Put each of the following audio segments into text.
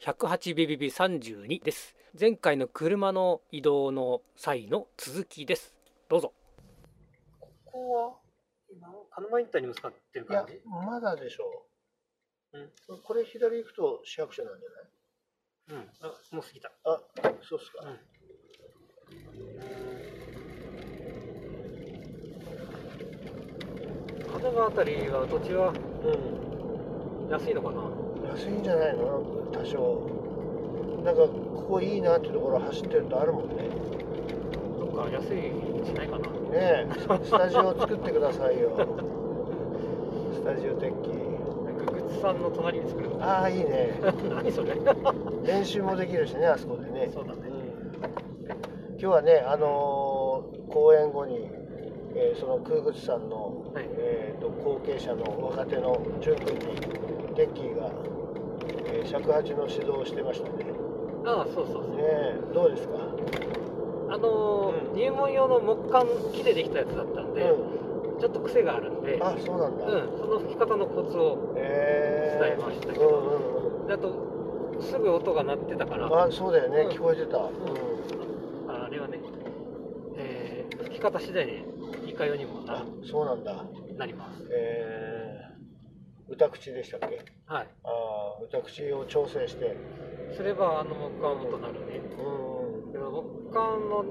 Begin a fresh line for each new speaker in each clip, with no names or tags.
108ビビビ32です前回の車の移動の際の続きですどうぞ
ここは、今、鹿沼インターに向かってる
いや
感じ、
まだでしょ
う
う。これ左行くと市役所なんじ
うん、あもう過ぎた。
ゃないあ、そうっすか。
神奈川あたりは土地は
うん、
安いのかな
安いんじゃないの多少。なんか、ここいいなってところ走ってるとあるもんね。ね
どっか安いしないかな
え、スタジオ作ってくださいよ。スタジオ鉄器。
グッズさんの隣に作るの
ああ、いいね。
何それ
練習もできるしね、あそこでね。
そうだね
今日はね、あのー公演後に、えーその空口さんの
はい
えー、と後継者の若手の淳君にテッキーが、えー尺八の指導をしてましたね。ね
ああそうそうそう
えどうですか、
あのー
うん
入門用の木管木でできたやつだったんで、
う
ちょっと癖があるんで
ん、あそうなんだ。
うん、その吹き方のコツを
え
伝えましたけど、
ー、うんうんうん
であとすぐ音が鳴ってたから
あそうだよね、
うん
聞こえてた。うん
ああれはね、えー、吹き方次第でいかようにもな
あそうなんだ、
なります
えー、歌口でしたっけ
はい
あー歌口を調整して、
すればあの木管は音なるね
うん
でも木管の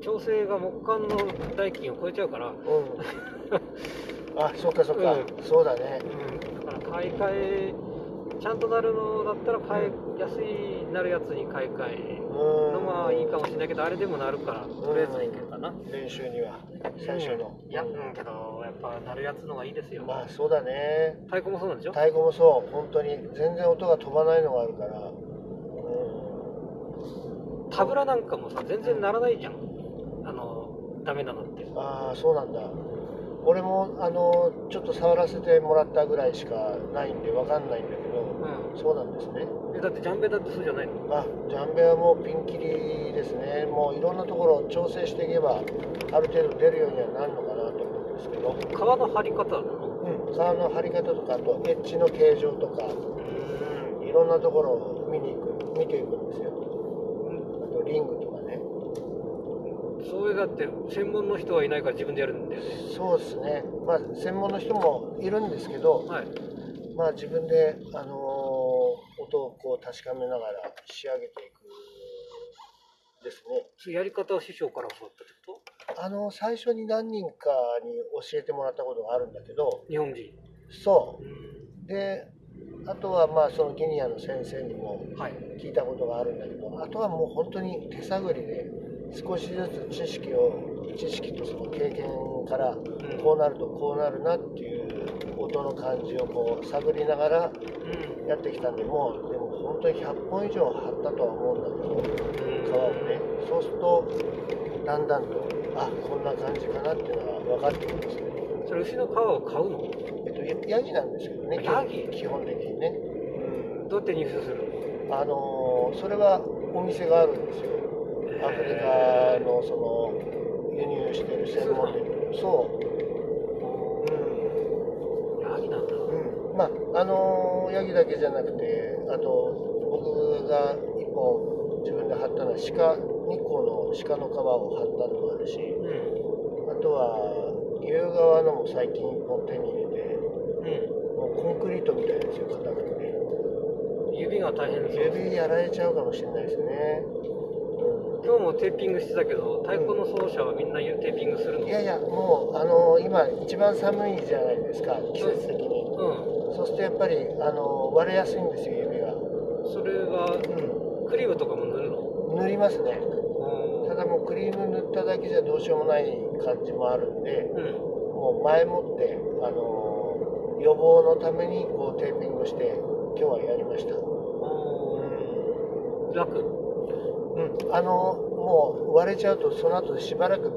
調整が木管の代金を超えちゃうから、うん、
うん、あそっかそっか、
うん
そうだね。
だから買い替えちゃんとなるのだったら買い、安いなるやつに買い替え
うん
のまあいいかもしれないけどあれでもなるからとりあえずいけるかな、
練習には最初の、
いや、うん、けどやっぱなるやつのがいいですよ、
まあそうだね
太鼓もそうなんでしょ
太鼓もそう本当に全然音が飛ばないのがあるから、うん、
タブラなんかもさ全然ならないじゃんあのダメなのって
ああそうなんだ俺もあのちょっと触らせてもらったぐらいしかないんでわかんないんだけど
う
そうなんですね
んえだってジャンベだってそうじゃないの
あジャンベはもうピンキリですねもういろんなところを調整していけばある程度出るようにはなるのかなと思うんですけど、
皮の張り方なの
うん、革の張り方とかあとエッジの形状とかいろんなところを見に行く見ていくんですよあとリングとかね
それだって専門の人はいないから自分でやるんだよね
そうですねまあ専門の人もいるんですけど
はい
まあ自分であのー音をこう確かめながら仕上げていくですね
それやり方は師匠から教わったってこ
あの最初に何人かに教えてもらったことがあるんだけど
と日本人
そううであとはまあそのギニアの先生にも
んはい
聞いたことがあるんだけどあとはもう本当に手探りで少しずつ知識を知識とその経験から
うん
こうなるとこうなるなっていう音の感じをこう探りながら
うん
やってきたんでもうでも本当に100本以上張ったとは思うんだけど皮をねそうするとだんだんとあこんな感じかなっていうのが分かってきますね
それ牛の皮を買うの
えっとヤヤギなんですけどね
ヤギ
基本的にね
どうやって入手するの
あのーそれはお店があるんですよアフリカのその輸入してる専門店そう、
ヤギなんだ
うんまああのーヤギだけじゃなくてあと僕が一本自分で貼ったのは鹿日光の鹿の皮を貼ったのもあるし
うん
あとは牛革のも最近一本手に入れて
う
もうコンクリートみたいですよ硬くてね
ん指が大変そう
指やられちゃうかもしれないですね、うん
今日もテーピングしてたけど太鼓の奏者はみんなテーピングするの
いやいや、もう、あの今、一番寒いじゃないですか、季節的に。
う
そうするとやっぱり、あの割れやすいんですよ、指が。
んそれは
う
クリームとかも塗るの
ん、塗りますね。
うん
ただもう、クリーム塗っただけじゃどうしようもない感じもあるんで、
うん
もう前もって、あの予防のためにこうテーピングして、今日はやりました。
楽
うん、あのもう割れちゃうと、その後でしばらく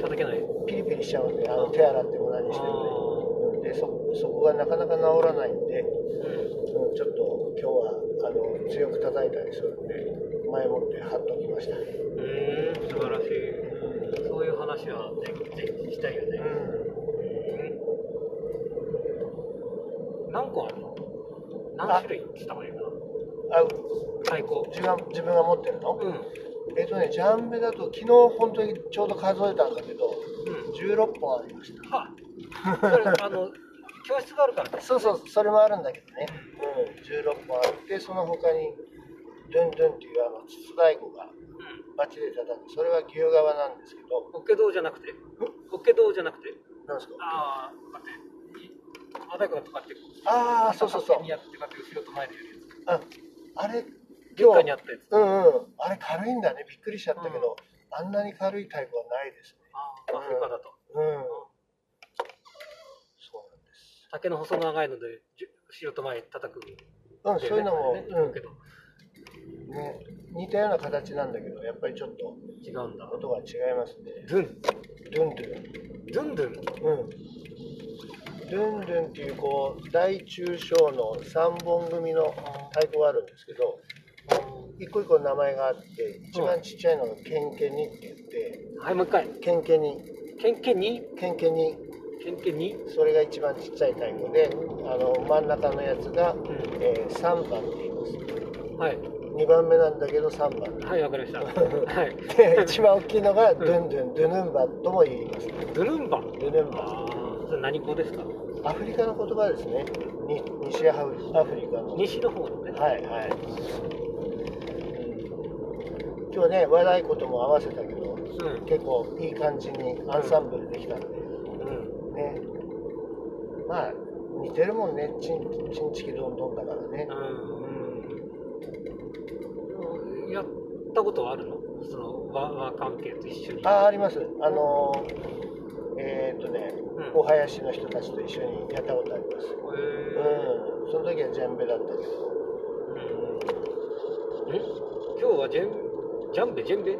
叩けない
ピリピリしちゃうんで、あの手洗っても何してもね。うんでそそこがなかなか治らないんで、うんちょっと今日はあの強く叩いたりするんで前もって貼っときました、う
うん素晴らしいそういう話はぜひぜひしたいよね
ん、
何個あるの何種類って言った方がいいかな
ああう
太鼓
自分が自分が持ってるの、
うんうん
えっとねジャンベだと昨日本当にちょうど数えたんだけど16本ありました
はそれあの教室があるからです
そうそう、それもあるんだけどね。うん、16本あって、その他に、ドゥンドゥンっていうあの、筒太鼓が、バチで叩く。それは牛側なんですけど、
ホッケ堂じゃなくてホッケ堂じゃなくて
なんですか
ああ待ってあ太鼓がとかって
ああ、そうそうそう
に。やってかって後ろと前でやるやつ
ああれ、
玄
今
関にあっ
日、
たやつ
うんうん、あれ軽いんだね。びっくりしちゃったけど、あんなに軽い太鼓はないですね。
ああアフリカだと
うん。そうなんです。
竹の細長いのでじゅ後ろと前叩く
うん、そういうのも、
ね
うん
けど
ね、似たような形なんだけど、やっぱりちょっと
違うんだ
音が違いますね。
ドゥン
ドゥンドゥン。
ドゥンドゥン
うん。ルンルンっていうこう大中小の3本組の太鼓があるんですけど一個一個名前があって一番ちっちゃいのがケンケニって言って
はいもう一回
ケンケニ
ケンケに
ケンケニ
ケンケに
それが一番ちっちゃい太鼓であの真ん中のやつが、
う
えー3番って言います
んはい
2番目なんだけど3番
はいわかりました はい
で一番大きいのがドゥンドゥンドゥヌンバとも言います
ドゥルンバ
ドゥヌンバ
ああそれ何語ですか
アフリカの言葉ですねに西アフリアフリカの
西の方のね
はいはい。今日ね、和太鼓とも合わせたけど、
うん
結構いい感じにアンサンブルできたんで、
うん
ね。まあ、似てるもんね、ちんちんちきどんどんだからね。
うんやったことはあるのその和和関係と一緒に
ああ、あります。あのーえーっとね、
うん
お囃子の人たちと一緒にやったことあります。
へえ
うん、その時はジャンベだったけど、
え今日はジェンジャンベジェンベ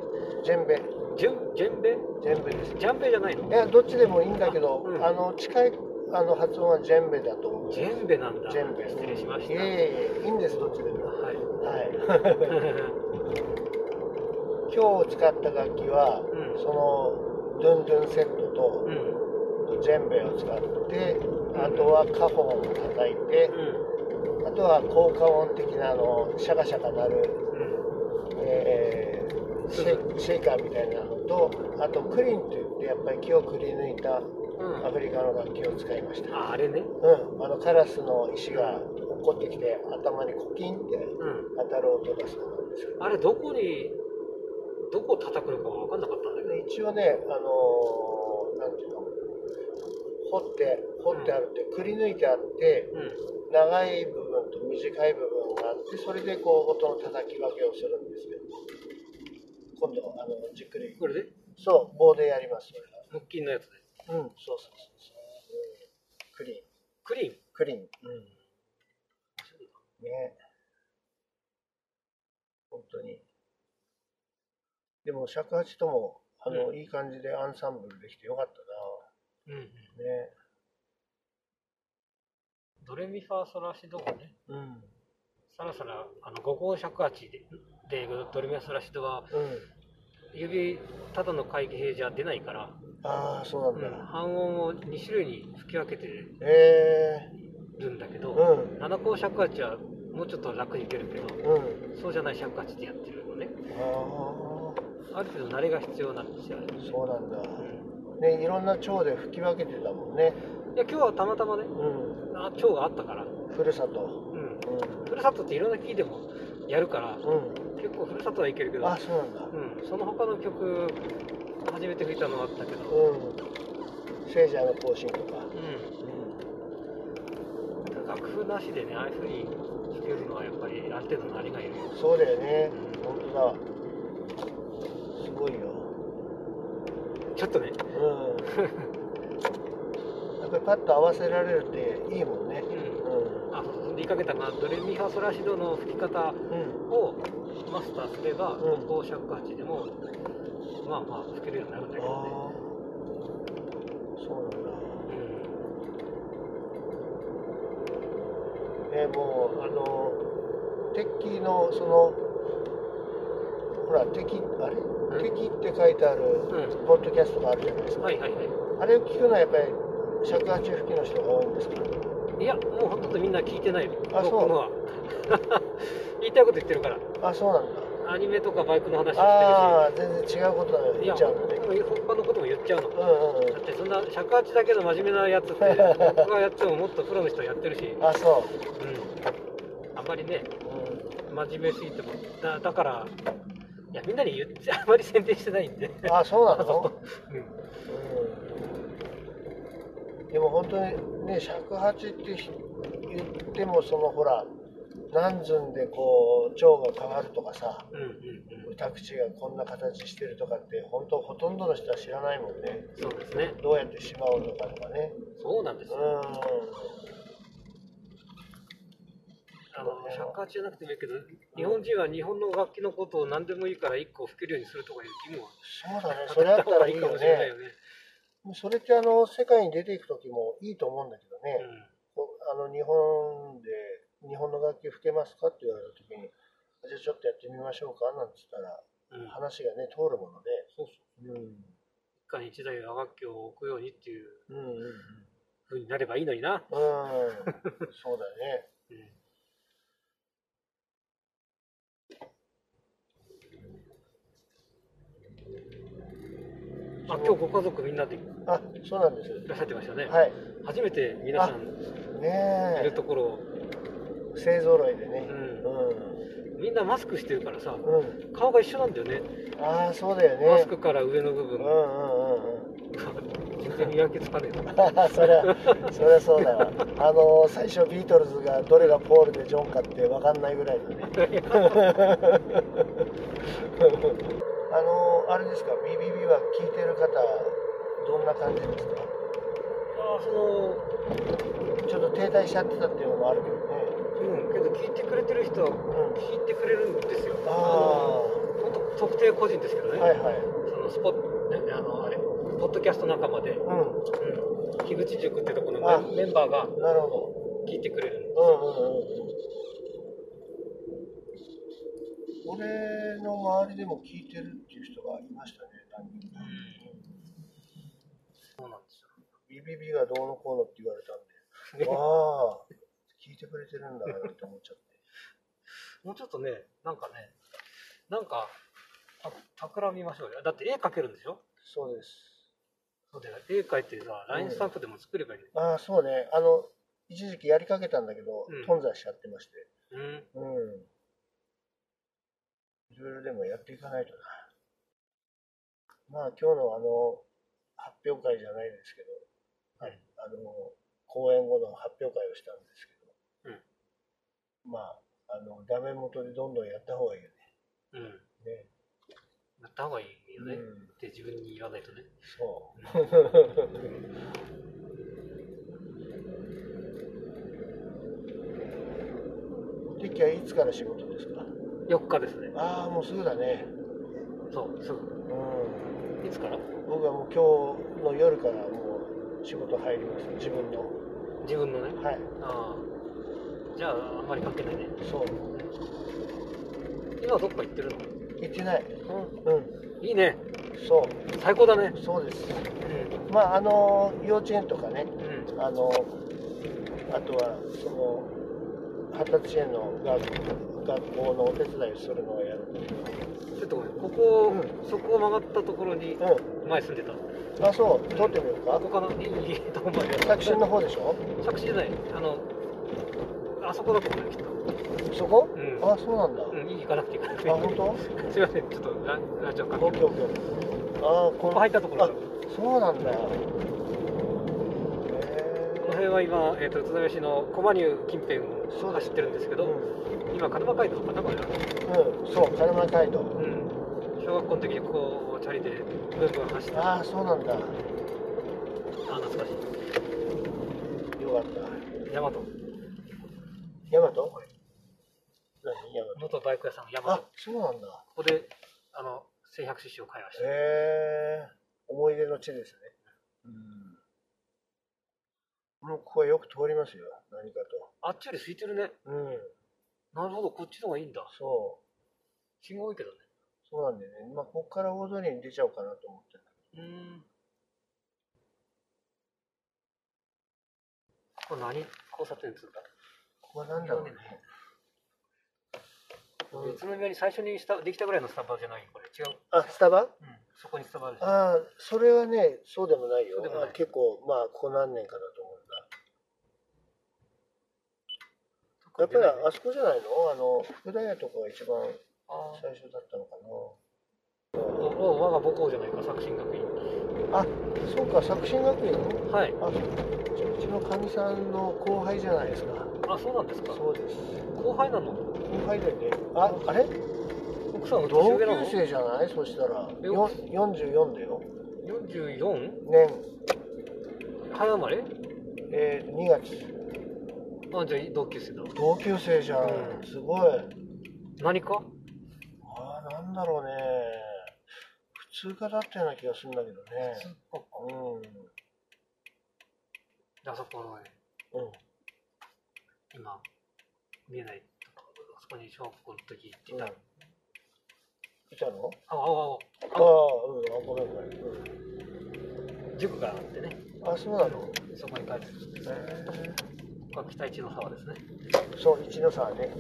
ジェンベ、
ジェンジェンベ
ジェンベです。
ジャンベじゃないの
いや、どっちでもいいんだけど、
あうん
あの近いあの発音はジェンベだと思う。
ジェンベなんだ
全部
失礼しました
いえいえいいんですどっちでも
はい
はい 今日使った楽器は、
うん
そのドゥンドゥンセットと
うん
ジェンベを使ってあとはカホンを叩いて
う
あとは効果音的なあのシャカシャカ鳴る、
んうん
えーシェイシェイカーみたいなのとあとクリンといってやっぱり木をくり抜いたアフリカの楽器を使いました、
ああれね
うん、あのカラスの石が落っこってきて頭にコキンって
うん
当たる音がそうなんですけど
あれどこにどこを叩くのか分かんなかったんだけど
一応ねあのーなんていうの掘って掘ってあるってくり抜いてあって
う
長い部分と短い部分があってそれでこう音の叩き分けをするんですけど今度あのじっくり
んこれで
そう棒でやりますそれ
木琴のやつで
はうんそうそうそうそう、うんクリーン
クリーン
クリーンうんね本当にでも尺八ともあの、
う
いい感じでアンサンブルできてよかった
うんうん
なね
ドレミファソラシドがね
うん
さらさらあの五号尺八ででドレミファソラシドは
うん
指ただの会議平じゃ出ないから、
ああそう
う
なんだ、
ん、半音を2種類に吹き分けて
え
るんだけ
え
ど、
う
七甲尺八はもうちょっと楽にいけるけど
んうん
そうじゃない尺八でやってるのね
あ
ある程度慣れが必要なんですよ、ね
あそうなんだ
うん
ねいろんな蝶で吹き分けてたもんね
いや今日はたまたまね
うん
あ蝶があったから、う
ふるさと
ん、
う
ふるさとっていろんなキーでもやるから
ん、
結構ふるさとはいけるけ
うん、
ど
あ、そうなんだ
うん、その他の曲初めて吹いたのはあったけど、
うん聖者の行進とか
うん、
うん
楽譜なしでねああいうふうに弾けるのはやっぱりある程度慣れがいるよ
そうだよね
うん
本当だわすごいよ
ちょっとね、
うんやっぱりパッと合わせられるっていいもんね。う
あそうそう言いかけたがドレミファソラシドの吹き方
ん。うん。
をマスターすれば
うん
五光尺八でもまあまあ吹けるようになるんだけ
ああ
どね、。
そうなんだ。
うん
えもう、あの、敵の、その、ほら、敵、あれ
ん
敵って書いてある、
う
ポッドキャストがあるじゃないです
ん、
か。
はいはいは
あれを聞くのはやっぱり、尺八吹きの人が多いんですか
いいやもうほとんどみんな聞いてないよ
あそう
僕のはい 言いたいこと言ってるから
あそうなんだ
アニメとかバイクの話を
ああ全然違うことだよ
してるしい
言
や
っちゃうのね
他のことも言っちゃうの
うんうん
だってそんな尺八だけの真面目な やつって僕がやってももっとプロの人やってるし、
うんあそ
うん、あんまりね
う、うん
真面目すぎてもだだからいやみんなに言ってあんまり宣伝してないんで、
あそうな
そ
の
うん、
うんでも本当にね尺八って言ってもそのほら何寸でこう蝶が変わるとかさ
うんうんうん
歌口がこんな形してるとかって本当ほとんどの人は知らないもんね
そうですね
どうやってしまうのかとかね
そうなんです
う
よ
ん
あの尺八じゃなくてもいいけど日本人は日本の楽器のことを何でもいいから一個吹けるようにするとかいう義務は
そうだねそれあったらいいよね
ね、
それってあの世界に出ていく時もいいと思うんだけどね、
うん
こうあの日本で日本の楽器吹けますかって言われた時にじゃあちょっとやってみましょうかなんつったら
うん、
話がね通るもので
そうそう一家に一台和楽器を置くようにっていう
うんうんうんうん
風になればいいのにな、
そうだね
うん、あ今日ご家族みんなでい
あそうなんです
らっしゃってましたね、
はい
初めて皆さんい
ね
るところを、
え勢ぞろいでね
う
う
んん、みんなマスクしてるからさ
うん
顔が一緒なんだよね
ああそうだよね
マスクから上の部
うん
分
う
が
んうんうん
全然見分けつかねえな
そりゃそりゃそうだわあの最初ビートルズがどれがポールでジョンかって分かんないぐらいのね あのあれですか BBB は聞いてる方どんな感じですか
ああその
ちょっと停滞しちゃってたっていうのもあるけどね
うんけど聞いてくれてる人は
うん
聞いてくれるんですよ
あ
の本当特定個人ですけど
あ
ね、
はいはい
そのスポねあのあれポッドキャスト仲間で、
う
うん、樋口塾ってとこの
あ
メンメンバーが
んなるほ
聞いてくれる
どうんうんうんうん俺の周りでも聞いてるっていう人がいましたね何人か、
そうなんですよ
BBB がどうのこうのって言われたんで、ああ、聞いてくれてるんだなって思っちゃって。
もうちょっとねなんかねなんかた企みましょうよだって絵描けるんでしょ
そうです。
そうだよ絵描いてさ LINE スタンプでも作ればいい
ああ、そうね。あの、一時期やりかけたんだけど、
うん
頓挫しちゃってまして。
のに、うん
うん。いろいろでもやっていかないとな。まあ、今日のあの、発表会じゃないですけど、
うん
あの、講演後の発表会をしたんですけど、まあ、あの、ダメ元でどんどんやった方がいいよ
うん、
ね。ね
やった方がいいよね、
う
っ
ん
て自分に言わないとね
そう。テッキはいつから仕事ですか
4日ですね
ああ、もうすぐだね。
そうす
う
ぐ
ん。
いつから
僕はもう今日の夜からもう仕事入ります。自分の。
自分のね
はい。
ああじゃああんまり関係ないね
そう。
今どっか行ってる
行ってない。
の、
うん。
いいね
そ
最高だね
う。そうです。
う
まあ、あの、幼稚園とかね、
んうん
あの、あとは、その、発達支援の学学校のお手伝いをするのをやる。
ちょっとごめんここ、
う
そこを曲がったところに
うん。
前住んでた
あ、そう、撮ってみよう
あ
か
こ。こかないいいいとこまで
作詞の方でしょ
作詞じゃないあのあそこだと思うよきっと
そこ
うん
あ、そうなんだ。あ、
うんいい行かなくていいから
本当
すいませんちょっとララジオか
オッケーオッケーオッケー。あー、
こ
こ
こ入ったところ
あ、そうなんだ。へ
この辺は今、えー、と宇都宮市の駒入近辺
そ
を
うだ
走ってるんですけ
え。う
ど、
ん、
今鹿沼街道かなこれは
うん、そう、金間街道。
うん小学校の時にこうチャリでブンブン走って
あー、そうなんだ。よ
あ懐かしい
かった。
大和
ヤマト何ヤマト
元バイク屋さんの大和
あ
こ、
そうなんだ。
こであの 1100cc を買いました
へえ。思い出の地ですね。うん。もうここはよく通りますよ。何か
あっちより空いてるね。
と。うん。
なるほど、こっちの方がいいんだ。
そう。
信号多いけどね。
そうなんだよね。まあ、ここから大通りに出ちゃおうかなと思ってる。
うーん。これ何交差点っつうんだ
ここは何だろうね。うん
宇都宮に最初にしたできたぐらいのスタバじゃないこれ違う、
あスタバ
うん、そこにスタバあるじゃん
ああそれはねそうでもないよ
そうでもない
あ結構まあここ何年かだと思うんだやっぱりあそこじゃないのあの福田屋とかが一番
あー
最初だったのか
お我が母校じゃないか作新学院
なあそうか作新学院
はい
あそううちのかみさんの後輩じゃないですか
あそうなんですか
そうです
後輩なの
後輩だよねああれ
奥さんの年
同級
上なの
生じゃないそしたら
え
よん44だよ
44?
年、
早生まれ
えー、2月
あじゃあ同級生だ
同級生じゃ
うん
んすごい
何か
ああなんだろうね普通科だったような気がするんだけどねうん
あそこのね
うん
今見えないとこあそこに小学校の時行って
うん
た、
いたの
ああ
ああうんあごめんごめん、う
あ塾があってね
ん、あそうなの
そこに帰ってるここは北一の沢ですね
そう一ノ沢ね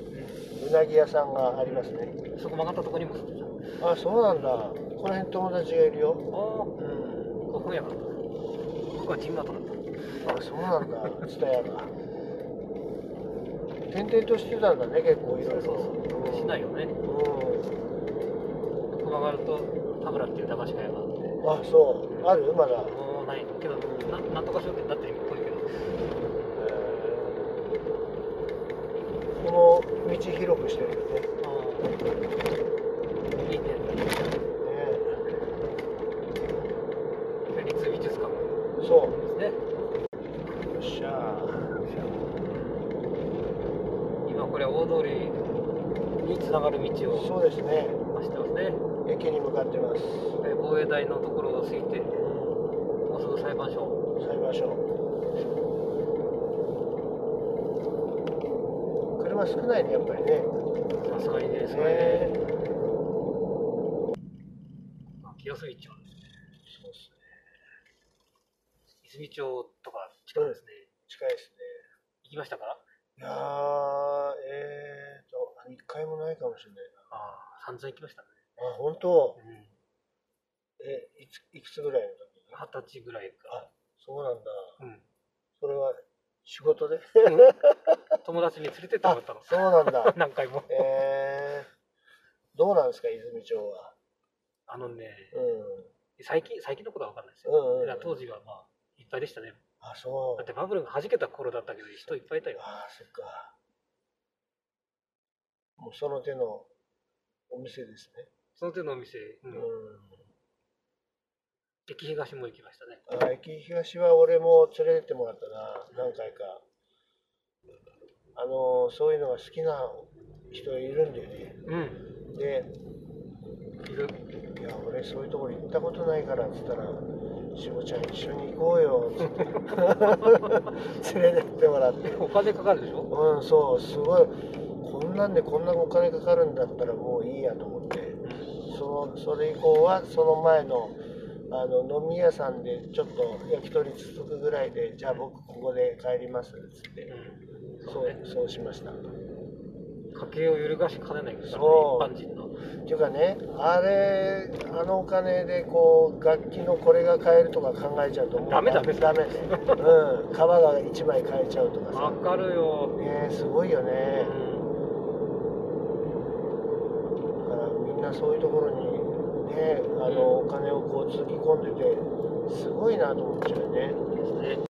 うなぎ屋さんがありますね
そこ曲がったとこにも住んでた
あそうなんだこの辺友達がいるよ
ああ
うん
ここ本屋だったここはジンマトだった
あそうなんだ蔦屋が転々としてたんだね結構いろいろ
市内
よ
をねここ曲がると田村っていう駄菓子屋があって
うんあそうあるまだ
もうないけどななんとか商店だってるっぽいけど
この道広くしてるよね。ね
いいね県立美術館
そう。
ですね
よっしゃー。
今これ大通りにつながる道を
そうですね。
走ってますね
駅に向かってます。
で防衛大のところを過ぎてもうすぐ裁判所
裁判所。車少ないね、やっぱりね。
さすがにねそれで
ね
まあ清澄町ですね
そうですね。
泉町とか近くですね
近いです
行きましたか
ね。いやー、えーと、一回もないかもしれない
ああ散々行きましたね
な。あ、本当。
うん
え、いつ、いくつぐらいの時
二十歳ぐらいか
あ、そうなんだ。
うん
それは仕事 で。
友達に連れてってもらったの
そうなんだ。
何回も
えー、どうなんですか、泉町は。
あのね
うん。
最近最近のことは分かんないですよ、
うんうん、
だから当時はまあいっぱいでしたね
あ、そ
だ
う
って。バブルが弾けた頃だったけど人いっぱいいたよ
あー、そっか。もうその手のお店ですね。
その手のお店、うん
う
駅東も行きましたね
ん。あー駅東は俺も連れてってもらったな、何回か。あのーそういうのが好きな人いるんだよね。
うん
で、
いる
いや、俺そういうところ行ったことないからっつったら、しぼちゃん一緒に行こうよっつ って連れてってもらって。
お金かかるでしょ
うん、そう、すごい。こんなんでこんなお金かかるんだったらもういいやと思って。そのそれ以降はその前のあの飲み屋さんでちょっと焼き鳥続くぐらいでじゃあ僕ここで帰りますっつって
うん
そ
そう
う
ね
そうしましたっ
家計を揺るがしかねないからね一
そう
般人の
ていうかねあれあのお金でこう楽器のこれが買えるとか考えちゃうともう
ダメダメ
ダメねうん皮が1枚買えちゃうとかさ
分かるよ、
ねえすごいよ
う
ね
ん、
だからみんなそういうところにねあのお金をこうつぎ込んでてすごいなと思っちゃうよね
ですね